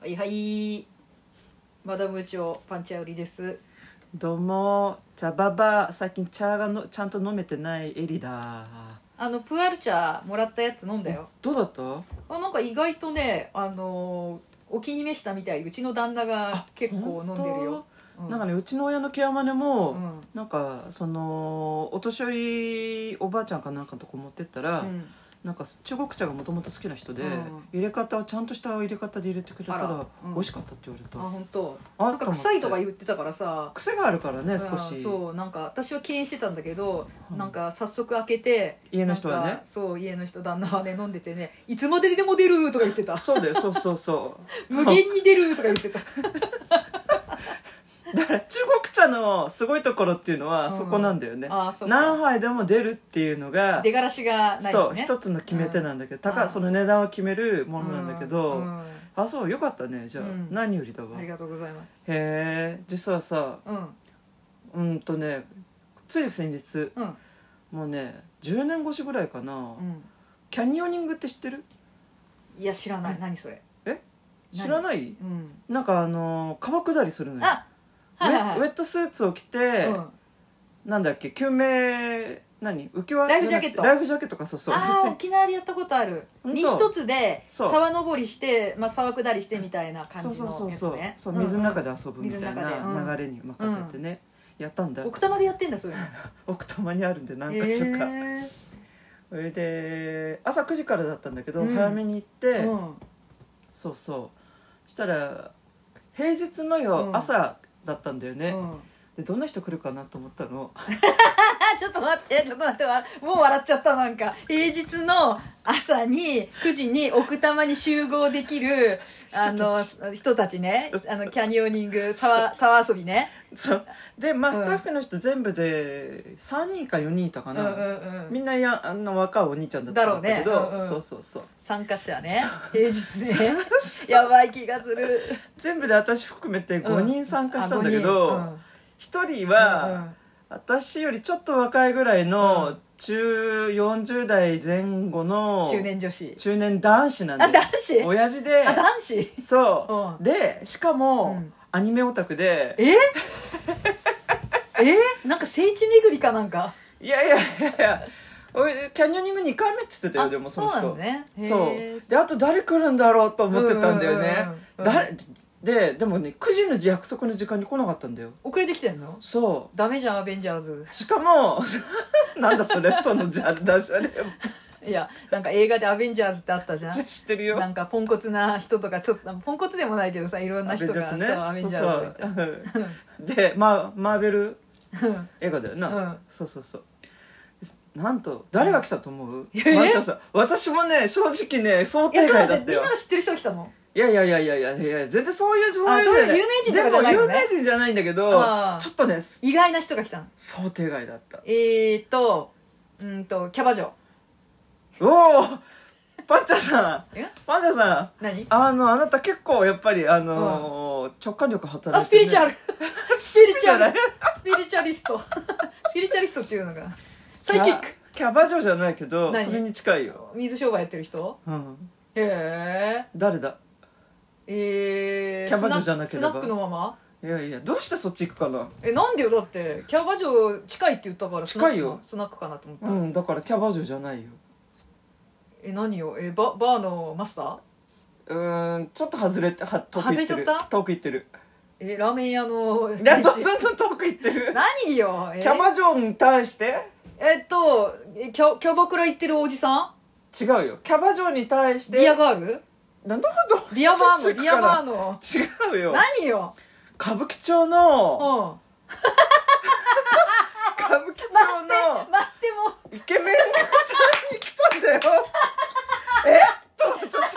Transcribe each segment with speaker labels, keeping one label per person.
Speaker 1: はいはいマダム長パンチャウリです
Speaker 2: どうも茶ばば最近茶がのちゃんと飲めてないエリだ
Speaker 1: あのプアルチャーもらったやつ飲んだよ
Speaker 2: どうだった
Speaker 1: あなんか意外とねあのーお気に召したみたいうちの旦那が結構飲んでるよ、う
Speaker 2: 本当
Speaker 1: ん
Speaker 2: なんかねうちの親のケアマネも、
Speaker 1: うん
Speaker 2: なんかそのお年寄りおばあちゃんかなんかのとこ持ってったら、
Speaker 1: うん
Speaker 2: なんか中国茶がもともと好きな人で、
Speaker 1: うん
Speaker 2: 入れ方をちゃんとした入れ方で入れてくれた
Speaker 1: あ
Speaker 2: ら
Speaker 1: らうん
Speaker 2: 美味しかったって言われ
Speaker 1: あ
Speaker 2: た、
Speaker 1: 本当。
Speaker 2: あ
Speaker 1: なんか臭いとか
Speaker 2: う
Speaker 1: 言ってたからさ
Speaker 2: 癖があるからね少
Speaker 1: うん
Speaker 2: し
Speaker 1: そうなんか私は敬遠してたんだけど、
Speaker 2: うん
Speaker 1: なんか早速開けて
Speaker 2: 家の人はね
Speaker 1: なんかそう家の人旦那はね飲んでてね「いつまででも出る!」とか言ってた
Speaker 2: そうだよそうそうそ
Speaker 1: 「
Speaker 2: う
Speaker 1: 無限に出る!」とか言って た
Speaker 2: だから中国茶のすごいところっていうのは
Speaker 1: うん
Speaker 2: そこなんだよね、
Speaker 1: あーそうか
Speaker 2: 何杯でも出るっていうのが
Speaker 1: 出がらしがない
Speaker 2: そう
Speaker 1: ね
Speaker 2: 一つの決め手なんだけど、高
Speaker 1: あー
Speaker 2: その値段を決めるものなんだけど、
Speaker 1: うんうん
Speaker 2: あそうよかったねじゃあ、
Speaker 1: うん
Speaker 2: 何よりだわ
Speaker 1: あり
Speaker 2: へ
Speaker 1: がとうございます
Speaker 2: え実はさ
Speaker 1: うん
Speaker 2: うんとねつい先日
Speaker 1: うん
Speaker 2: もうね10年越しぐらいかな、
Speaker 1: うん
Speaker 2: キャニオニングって知ってる
Speaker 1: いや知らな
Speaker 2: う
Speaker 1: い
Speaker 2: ん
Speaker 1: 何それ何
Speaker 2: 知らない
Speaker 1: うん
Speaker 2: なんかあのー川下りするのよ
Speaker 1: あ
Speaker 2: ウ
Speaker 1: はいはい
Speaker 2: ェウ
Speaker 1: は
Speaker 2: ェ
Speaker 1: い
Speaker 2: ットスーツを着て、
Speaker 1: うん
Speaker 2: なんだっけ救命何浮き輪
Speaker 1: ライフジャケット
Speaker 2: じゃなくてライフジャケットかそうそう
Speaker 1: ああ沖縄でやったことある
Speaker 2: 本
Speaker 1: 身
Speaker 2: 当
Speaker 1: 一つで
Speaker 2: そう
Speaker 1: 沢登りして、まあ、沢下りしてみたいな感じのやつ
Speaker 2: そうそう
Speaker 1: ね
Speaker 2: そうそ
Speaker 1: うんう
Speaker 2: うそう
Speaker 1: ん
Speaker 2: 水の中で遊ぶみたい
Speaker 1: 水の中でう
Speaker 2: なん流れに任せてね、やったんだ
Speaker 1: 奥多摩でやってんだそういうの
Speaker 2: 奥多摩にあるんで何か所か、
Speaker 1: へ
Speaker 2: それで朝9時からだったんだけど、
Speaker 1: うん
Speaker 2: 早めに行って、
Speaker 1: ーうん
Speaker 2: そうそうしたら平日のよ、
Speaker 1: うん
Speaker 2: 朝だったんだよね、
Speaker 1: うんあ
Speaker 2: でどんな人来るかなと思ったの
Speaker 1: ちょっと待ってちょっと待ってわもう笑っちゃったなんか平日の朝に9時に奥多摩に集合できるあの人たちね
Speaker 2: そうそう
Speaker 1: あのキャニオニング沢沢遊びね
Speaker 2: そうでまあ
Speaker 1: うん
Speaker 2: スタッフの人全部で3人か4人いたか
Speaker 1: うんう
Speaker 2: な、
Speaker 1: んうん
Speaker 2: みんなやあの若いお兄ちゃんだったんだけど
Speaker 1: だろうねうんうん
Speaker 2: そうそうそう
Speaker 1: 参加者ね平日ねやばい気がする
Speaker 2: 全部で私含めて5人参加したんだけ
Speaker 1: あ
Speaker 2: ど、
Speaker 1: 五人うん
Speaker 2: 一1人
Speaker 1: うんう
Speaker 2: は
Speaker 1: ん
Speaker 2: 私よりちょっと若いぐらいうの
Speaker 1: ん
Speaker 2: 中40代前後の
Speaker 1: 中年女子
Speaker 2: 中年男子なん
Speaker 1: あ
Speaker 2: で
Speaker 1: 男子
Speaker 2: 親父で
Speaker 1: あ男子
Speaker 2: そううでしかも、
Speaker 1: うん
Speaker 2: アニメオタクで
Speaker 1: ええなんか聖地巡りかなんか
Speaker 2: いやいやいやいやおいキャニオニング2回目っつってたよでもその
Speaker 1: うな
Speaker 2: 人
Speaker 1: のね
Speaker 2: そうであと誰来るんだろうと思ってたんだ
Speaker 1: うんう
Speaker 2: よね
Speaker 1: んうんうん
Speaker 2: 誰ででもね9時の約束の時間に来なかったんだよ
Speaker 1: 遅れてきてんの
Speaker 2: そ
Speaker 1: ダメじゃんアベンジャーズ
Speaker 2: うしかも なんだそれそのジャダジャレ
Speaker 1: いやなんか映画でアベンジャーズってあったじ ゃん
Speaker 2: 知ってるよ
Speaker 1: なんかポンコツな人とかちょっとポンコツでもないけどさいろんな人がさアベンジャーズって
Speaker 2: そうそうで、ま、マーベル
Speaker 1: うん
Speaker 2: 映画だよな、
Speaker 1: うん
Speaker 2: そうそうそうなんと誰が来たと思う、
Speaker 1: え
Speaker 2: ワンちゃんさん私もね正直ね想
Speaker 1: いやちょっ
Speaker 2: 定外
Speaker 1: と
Speaker 2: だ
Speaker 1: 待っ
Speaker 2: ってた
Speaker 1: み
Speaker 2: よ
Speaker 1: んなが知ってる人が来たの
Speaker 2: いやいやいやいやいやいや全然そういうそういう
Speaker 1: あそういう有名人とかじゃないのね
Speaker 2: でも有名人じゃないんだけど
Speaker 1: あー
Speaker 2: ちょっとね
Speaker 1: 意外な人が来たの
Speaker 2: 想定外だった
Speaker 1: えーとうんとキャバ嬢
Speaker 2: おおパンチャさん
Speaker 1: え
Speaker 2: パンチャさん
Speaker 1: 何
Speaker 2: あのあなた結構やっぱりあのー直感力働いて、ね、
Speaker 1: あスピリチュアルスピリチュアル
Speaker 2: スピリ
Speaker 1: スピリチュアリスト スピリチュアリストっていうのがサイキック
Speaker 2: キャバ嬢じゃないけど
Speaker 1: 何
Speaker 2: それに近いよ、
Speaker 1: 水商売やってる人
Speaker 2: うん、
Speaker 1: へ
Speaker 2: 誰だ
Speaker 1: ええー、
Speaker 2: キャバ嬢じゃなけれ
Speaker 1: スナ
Speaker 2: ば
Speaker 1: ックスナックのまま
Speaker 2: いやいやどうしてそっち行くかな
Speaker 1: えなんでよだってキャバ嬢近いって言ったから
Speaker 2: 近いよ
Speaker 1: スナックかなと思った、
Speaker 2: うんだからキャバ嬢じゃないよ
Speaker 1: え何よえババーのマスター
Speaker 2: うーんちょっと外れては遠く行って
Speaker 1: 外れ
Speaker 2: る
Speaker 1: ちゃった
Speaker 2: 遠く行 ってる
Speaker 1: えラーメン屋の
Speaker 2: いや
Speaker 1: 店
Speaker 2: ど
Speaker 1: 主
Speaker 2: んどんどん遠く行ってる
Speaker 1: 何よえ
Speaker 2: キャバ嬢に対して
Speaker 1: えっとえキャキャバクラ行ってるおじさ
Speaker 2: 違うよキャバ嬢に対し
Speaker 1: ん
Speaker 2: て
Speaker 1: ビアガール
Speaker 2: なんだどうして
Speaker 1: ビアバ
Speaker 2: そっ
Speaker 1: ー
Speaker 2: ち
Speaker 1: のビ
Speaker 2: 行くか
Speaker 1: アバー
Speaker 2: な
Speaker 1: の
Speaker 2: 違うよ
Speaker 1: 何よ
Speaker 2: 歌舞伎町
Speaker 1: うん
Speaker 2: の
Speaker 1: 待
Speaker 2: 歌舞伎
Speaker 1: っ
Speaker 2: 町の
Speaker 1: て待ってもう
Speaker 2: イケメンがさんに来たんだよえっと思っちょっ
Speaker 1: ち
Speaker 2: と
Speaker 1: ょっと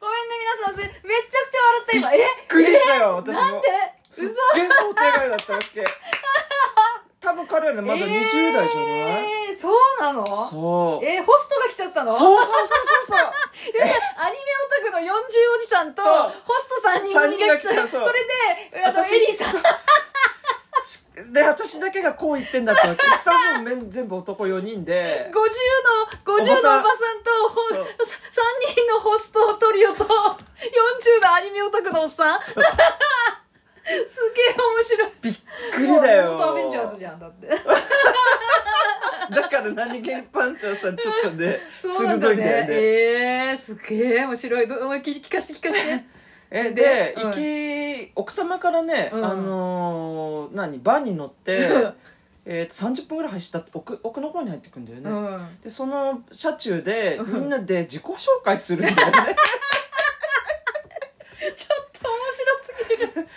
Speaker 1: ごめん、ごめんね、皆さん、それ、めっちゃくちゃ笑った、今。え
Speaker 2: びっくりしたよ私も
Speaker 1: なんて
Speaker 2: すっ
Speaker 1: 嘘
Speaker 2: げえ想定外だったわ け多分彼らまだ20代じゃない、
Speaker 1: えー、そうなの
Speaker 2: そう
Speaker 1: えー、ホストが来ちゃったの
Speaker 2: そうそうそうそ うそう
Speaker 1: いやいやアニメオタクの40おじさんと、
Speaker 2: そう
Speaker 1: ホスト3人組が来
Speaker 2: 三
Speaker 1: た。
Speaker 2: 人が来た
Speaker 1: そ
Speaker 2: そう
Speaker 1: れで、あと、エリーさん。
Speaker 2: ん で私だけがこう言ってんだったわけスタッフもめん全部男4人で
Speaker 1: 50の、50のおばさんと、ほ
Speaker 2: そう
Speaker 1: 3人のホストトリオと、のアニメオタクのおっさん すげえ面白い
Speaker 2: びっくりだ
Speaker 1: も
Speaker 2: よ
Speaker 1: うロボットアベンジャーズじゃんだ って
Speaker 2: だから何気にパンチャーさんちょっとね
Speaker 1: そうなんだ
Speaker 2: 鋭いん
Speaker 1: ね
Speaker 2: だよね、
Speaker 1: ええすげえ面白いどう聞聞かして聞かして
Speaker 2: え
Speaker 1: で
Speaker 2: で、
Speaker 1: うん
Speaker 2: 行き奥多摩からね、
Speaker 1: うん
Speaker 2: あのー何バンに乗ってえーと30分ぐらい走った奥奥の方に入ってくんだよ
Speaker 1: う
Speaker 2: ね、
Speaker 1: ん
Speaker 2: でその車中で
Speaker 1: うん
Speaker 2: みんなで自己紹介するんだよ ね
Speaker 1: ちょっと面白すぎる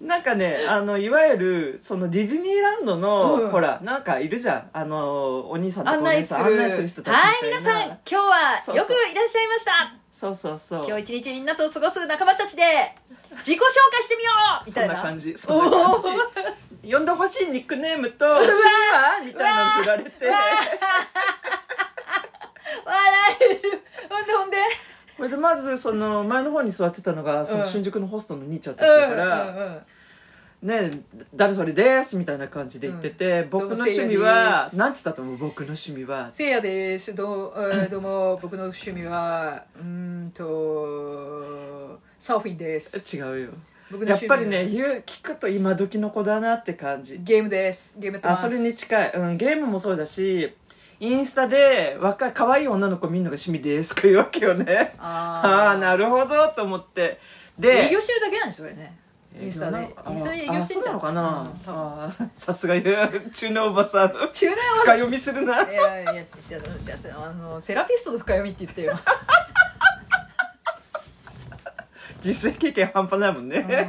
Speaker 2: なんかねあのいわゆるそのディズニーランドの、
Speaker 1: うん
Speaker 2: ほらなんかいるじゃんあのーお兄さんとかお
Speaker 1: 案
Speaker 2: 姉
Speaker 1: 内す
Speaker 2: さ
Speaker 1: る
Speaker 2: ん案内する人たち
Speaker 1: はい
Speaker 2: みた
Speaker 1: 皆
Speaker 2: い
Speaker 1: さ
Speaker 2: なん
Speaker 1: 今日はよくいらっしゃいました
Speaker 2: そうそうそう
Speaker 1: 今日一日みんなと過ごす仲間たちで自己紹介してみようみ
Speaker 2: そ
Speaker 1: たい
Speaker 2: ん
Speaker 1: な
Speaker 2: な感じそんな
Speaker 1: お
Speaker 2: 感
Speaker 1: ー
Speaker 2: じ呼んでほしいニックネームと「シュワー」みたいなの振られて
Speaker 1: 笑えるほんでほんで
Speaker 2: これでまずその前の方に座ってたのがそうの
Speaker 1: ん
Speaker 2: 新宿のホストの兄ちゃんたちだから
Speaker 1: うんうんうん
Speaker 2: 「ね誰それです」みたいな感じで言ってて
Speaker 1: どうも
Speaker 2: 僕の趣味はなんつったと思う僕の趣味は
Speaker 1: せいやですどう,、えー どうも僕の趣味はうーんとサーフィンです
Speaker 2: 違うよ
Speaker 1: 僕の
Speaker 2: やっ
Speaker 1: 趣味
Speaker 2: ぱ
Speaker 1: は
Speaker 2: りね言う聞くと今時の子だなって感じ
Speaker 1: ゲームですゲームやってま
Speaker 2: あ
Speaker 1: す
Speaker 2: それに近い、うん、ゲームもそうだしインスタで若い可愛い女の子見るのが趣味ですとか言うわけよねあ
Speaker 1: あ
Speaker 2: あーなるほどと思って
Speaker 1: 営
Speaker 2: で
Speaker 1: 業してるだけなんですそれねインスタでインスタで営業してんじゃん
Speaker 2: あそうなの
Speaker 1: うん
Speaker 2: か
Speaker 1: 多分
Speaker 2: な、あーさすが中のおばさん深
Speaker 1: 中年は
Speaker 2: 読みするない
Speaker 1: やいやいやじゃあじゃあじゃああのセラピストの深読みって言って よ、
Speaker 2: 実践経験半端ないも
Speaker 1: う
Speaker 2: ん
Speaker 1: ん
Speaker 2: ね、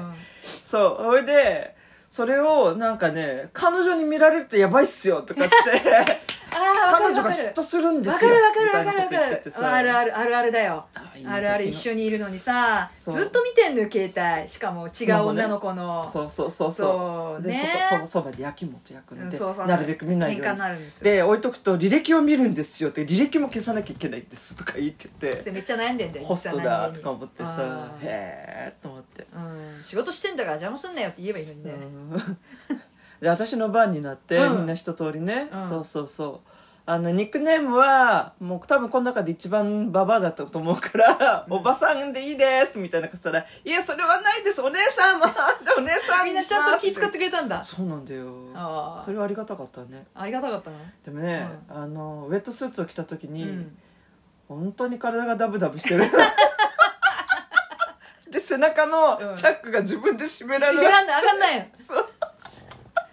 Speaker 2: そうそれでそれをなんかね彼女に見られるとやばいっすよとかっつって
Speaker 1: ああ
Speaker 2: 彼
Speaker 1: 分
Speaker 2: 女
Speaker 1: かる分
Speaker 2: が嫉
Speaker 1: か
Speaker 2: 妬するん
Speaker 1: る
Speaker 2: で
Speaker 1: 分
Speaker 2: す
Speaker 1: か
Speaker 2: よ
Speaker 1: る分かる分かる
Speaker 2: み
Speaker 1: 分
Speaker 2: たいなこと言って
Speaker 1: か
Speaker 2: て
Speaker 1: る
Speaker 2: さ
Speaker 1: あるあるあるあるだよ
Speaker 2: あー今時の
Speaker 1: あるある一緒にいるのにさ
Speaker 2: そう
Speaker 1: ずっと見てんのよ携帯しかも違う女の子の
Speaker 2: そうそうそう
Speaker 1: そ
Speaker 2: そううで
Speaker 1: ね
Speaker 2: そこそそばで焼きもち焼く
Speaker 1: うんん
Speaker 2: で
Speaker 1: そうそう
Speaker 2: なるべく見ないよ
Speaker 1: 喧嘩
Speaker 2: う
Speaker 1: に
Speaker 2: に
Speaker 1: なるんですよ
Speaker 2: で置いとくと履歴を見るんですよって履歴も消さなきゃいけないんですとか言ってて
Speaker 1: そしてめっちゃ悩んでんだよ
Speaker 2: ホストだとか思ってさ
Speaker 1: うん
Speaker 2: へえと思って
Speaker 1: うん仕事してんだから邪魔すんなよって言えばいいのにね、
Speaker 2: で私の番になって、
Speaker 1: うん
Speaker 2: みんな一通りね、
Speaker 1: うん
Speaker 2: そうそうそうあのニックネームはもう多分この中で一番ババアだったと思うから「おばさんでいいです」みたいなことしたら「いやそれはないですお姉 さんもでお姉さん
Speaker 1: みん
Speaker 2: に
Speaker 1: な
Speaker 2: し
Speaker 1: ち
Speaker 2: ま
Speaker 1: ゃ
Speaker 2: す
Speaker 1: んと気遣ってくれたんだ
Speaker 2: そうなんだよ
Speaker 1: ああ
Speaker 2: それはありがたかったね
Speaker 1: ありがたかったな
Speaker 2: でもね、あのウェットスーツを着た時
Speaker 1: う
Speaker 2: に、
Speaker 1: ん
Speaker 2: 本当に体がダブダ ブしてるで背中
Speaker 1: うん
Speaker 2: のチャックが自分で閉められ
Speaker 1: 知
Speaker 2: る、
Speaker 1: らんない上がんないよ
Speaker 2: そう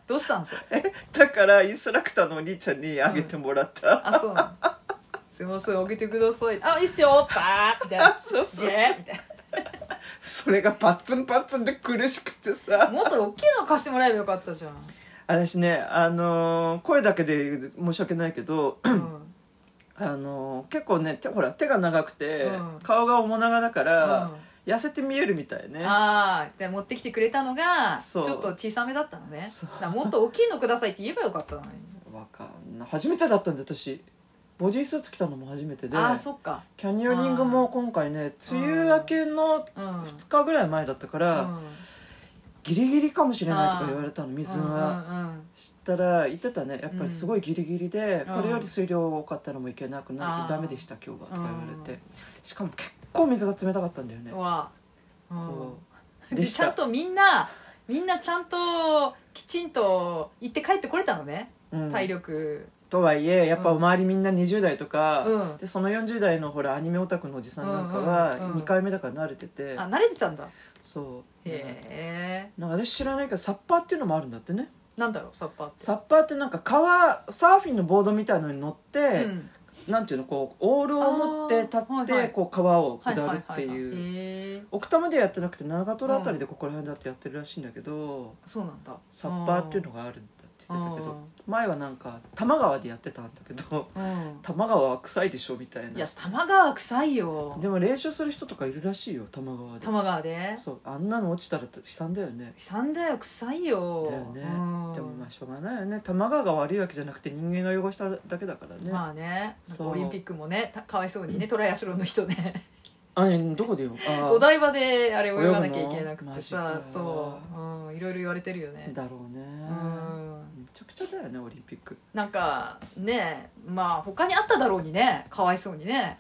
Speaker 1: どうしたんですか
Speaker 2: だからインストラクターのお兄ちゃんにあげてもらった、
Speaker 1: あそうなのすいません上げてくださいあいいっすよパー みたいな
Speaker 2: そう
Speaker 1: ジ
Speaker 2: そう
Speaker 1: ェーみたい
Speaker 2: それがパッツンパッツンで苦しくて
Speaker 1: な
Speaker 2: さ
Speaker 1: もっと大きいの貸してもらえばよかったじゃん、
Speaker 2: 私ねあのー声だけで言う申し訳ないけど
Speaker 1: うん
Speaker 2: あのー結構ね手ほら手が長くて、
Speaker 1: うん
Speaker 2: 顔が面長だか
Speaker 1: う
Speaker 2: ら、
Speaker 1: ん
Speaker 2: 痩せて見えるみたいね
Speaker 1: ああじゃあ持ってきてくれたのがちょ
Speaker 2: そ
Speaker 1: っ
Speaker 2: う
Speaker 1: と小さめだったのね
Speaker 2: そう
Speaker 1: だからもっと大きいのくださいって言えばよかったのに
Speaker 2: わかんない初めてだったんで私ボディースーツ着たのも初めてで
Speaker 1: ああそっか
Speaker 2: キャニオニングも今回ね梅雨明けの
Speaker 1: うん、うん
Speaker 2: 2日ぐらい前だったから、ギリギリかもしれないとか言われたの水は、
Speaker 1: うんうんうん
Speaker 2: したら言ってたねやっぱりすごいギリギリで、
Speaker 1: うん
Speaker 2: これより水量多かったらもういけなくなる、
Speaker 1: あー
Speaker 2: ダメでした今日はとか言われて、しかも結構水が冷たかったんだよね、
Speaker 1: うわうん
Speaker 2: そう
Speaker 1: で
Speaker 2: でし
Speaker 1: ちゃ
Speaker 2: た
Speaker 1: んとみんなみんなちゃんときちんと行って帰ってこれたのね、
Speaker 2: うん
Speaker 1: 体力
Speaker 2: とはいえやっぱ
Speaker 1: うん
Speaker 2: 周りみんな20代とか、
Speaker 1: うん
Speaker 2: でその40代のほらアニメオタクのおじさんなんかは
Speaker 1: うんうんうん
Speaker 2: 2回目だから慣れてて、
Speaker 1: あ慣れてたんだ
Speaker 2: そう
Speaker 1: へえ
Speaker 2: なんか私知らないけどサッパーっていうのもあるんだってね
Speaker 1: なんだろうサッパーって
Speaker 2: サッパーってなんか川サーフィンのボードみたいのに乗って、
Speaker 1: うん
Speaker 2: なんていうのこうオールを持って立
Speaker 1: あーは
Speaker 2: っ
Speaker 1: いはい
Speaker 2: てこう川を
Speaker 1: はいはい
Speaker 2: 下るって
Speaker 1: はいはい
Speaker 2: い
Speaker 1: へ
Speaker 2: う
Speaker 1: え
Speaker 2: 奥多摩ではやってなくて長瀞あたりでここら辺だってやってるらしいんだけど
Speaker 1: そうなんだ
Speaker 2: サッパーっていうのがあるんだって言ってたけど
Speaker 1: う
Speaker 2: 前はなんか多摩川でやってたんだけど
Speaker 1: んうん
Speaker 2: 多摩川は臭いでしょみたい
Speaker 1: い
Speaker 2: な
Speaker 1: や多摩川臭いよ
Speaker 2: でも練習する人とかいるらしいよ多摩川
Speaker 1: 多
Speaker 2: で
Speaker 1: 摩川で
Speaker 2: そうあんなの落ちたら悲惨だよね
Speaker 1: 悲惨だよ臭いよ
Speaker 2: だよね
Speaker 1: うん
Speaker 2: でもまあしょうがないよね多摩川が悪いわけじゃなくて人間が汚しただけだからね、
Speaker 1: まあねなんか
Speaker 2: そう
Speaker 1: オリンピックもねたかわいそうにねトライアスロンの人ね
Speaker 2: あえどこでよあ
Speaker 1: お台場であれ泳がなきゃいけなく
Speaker 2: 泳ぐの
Speaker 1: て
Speaker 2: マジか
Speaker 1: さそう、うん、いろいろ言われてるよね
Speaker 2: だろうね
Speaker 1: うん
Speaker 2: めちゃくちゃだよねオリンピック
Speaker 1: なんかねまあ他にあっただろうにねかわいそうにね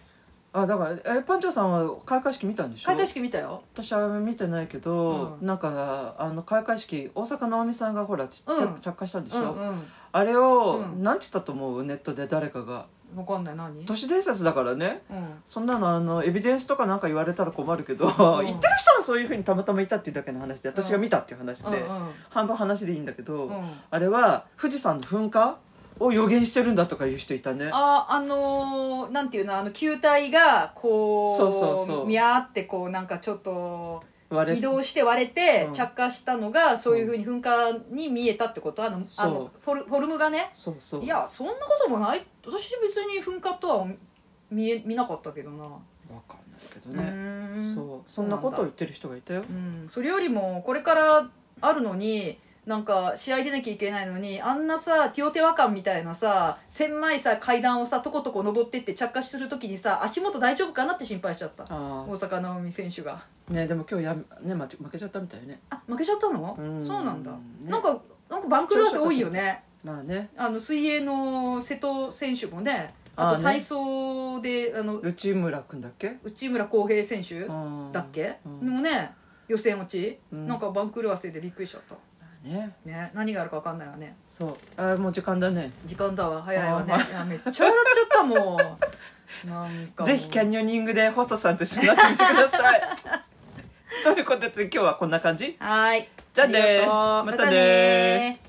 Speaker 2: あだからえパンチョさんは開会式見たんでしょ
Speaker 1: 開会式見たよ
Speaker 2: 私は見てないけど、
Speaker 1: うん
Speaker 2: なんかあの開会式大阪直美さんがほら、ち
Speaker 1: うん
Speaker 2: 着火したんでし
Speaker 1: う
Speaker 2: ょ、
Speaker 1: んうん
Speaker 2: あれを、
Speaker 1: うん
Speaker 2: なんて言ったと思うネットで誰かが
Speaker 1: 分かんない何
Speaker 2: 都市伝説だからね
Speaker 1: うん
Speaker 2: そんなのあのエビデンスとかなんか言われたら困るけ ど、
Speaker 1: ん
Speaker 2: 言ってる人はそういうふうにたまたまいたっていうだけの話で私が見たっていう話で、
Speaker 1: うん
Speaker 2: 半分話でいいんだけど、
Speaker 1: うんうん
Speaker 2: あれは富士山の噴火を予言してるんだとかいう人いたね
Speaker 1: ああのーなんていうのあの球体がこう
Speaker 2: そうそうそう
Speaker 1: ミャーってこうなんかちょっと
Speaker 2: 割れ
Speaker 1: 移動して割れて
Speaker 2: うん
Speaker 1: 着火したのがそういうふうに噴火に見えたってことあのあのフォルフォルムがね
Speaker 2: そうそう
Speaker 1: いやそんなこともない私別に噴火とは見え見なかったけどな、
Speaker 2: わかんないけ
Speaker 1: う
Speaker 2: どね、
Speaker 1: ーん
Speaker 2: そうそんなことを言ってる人がいたよ
Speaker 1: うん、それよりもこれからあるのになんか試合出なきゃいけないのにあんなさティオテワカンみたいなさ狭いさ階段をさとことこ登ってって着火するときにさ足元大丈夫かなって心配しちゃった
Speaker 2: あ
Speaker 1: 大坂なおみ選手が
Speaker 2: あねでも今日やめねまち負けちゃったみたいね
Speaker 1: あ負けちゃったの
Speaker 2: うん
Speaker 1: そうなんだ、
Speaker 2: ね
Speaker 1: なんかなんか番狂わせ多いよね
Speaker 2: まあね
Speaker 1: あの水泳の瀬戸選手もね
Speaker 2: あ
Speaker 1: あ
Speaker 2: ー
Speaker 1: と
Speaker 2: ね
Speaker 1: 体操であの
Speaker 2: 内村君だっけ
Speaker 1: 内村航平選手だっけ、
Speaker 2: うん
Speaker 1: もね予選落ち、
Speaker 2: うん
Speaker 1: なんか番狂わせでびっくりしちゃった
Speaker 2: ね
Speaker 1: ね何があるか分かんないわね
Speaker 2: そうあーもう時間だね
Speaker 1: 時間だわ早いわね
Speaker 2: あー
Speaker 1: いやめっちゃ笑っちゃった もんなんかもう
Speaker 2: ぜひキャニオニングでホストさんと一緒になってみてくださ いということで今日はこんな感じ
Speaker 1: はーい
Speaker 2: じゃあね
Speaker 1: ありがとう
Speaker 2: ま
Speaker 1: ま
Speaker 2: たね
Speaker 1: たねー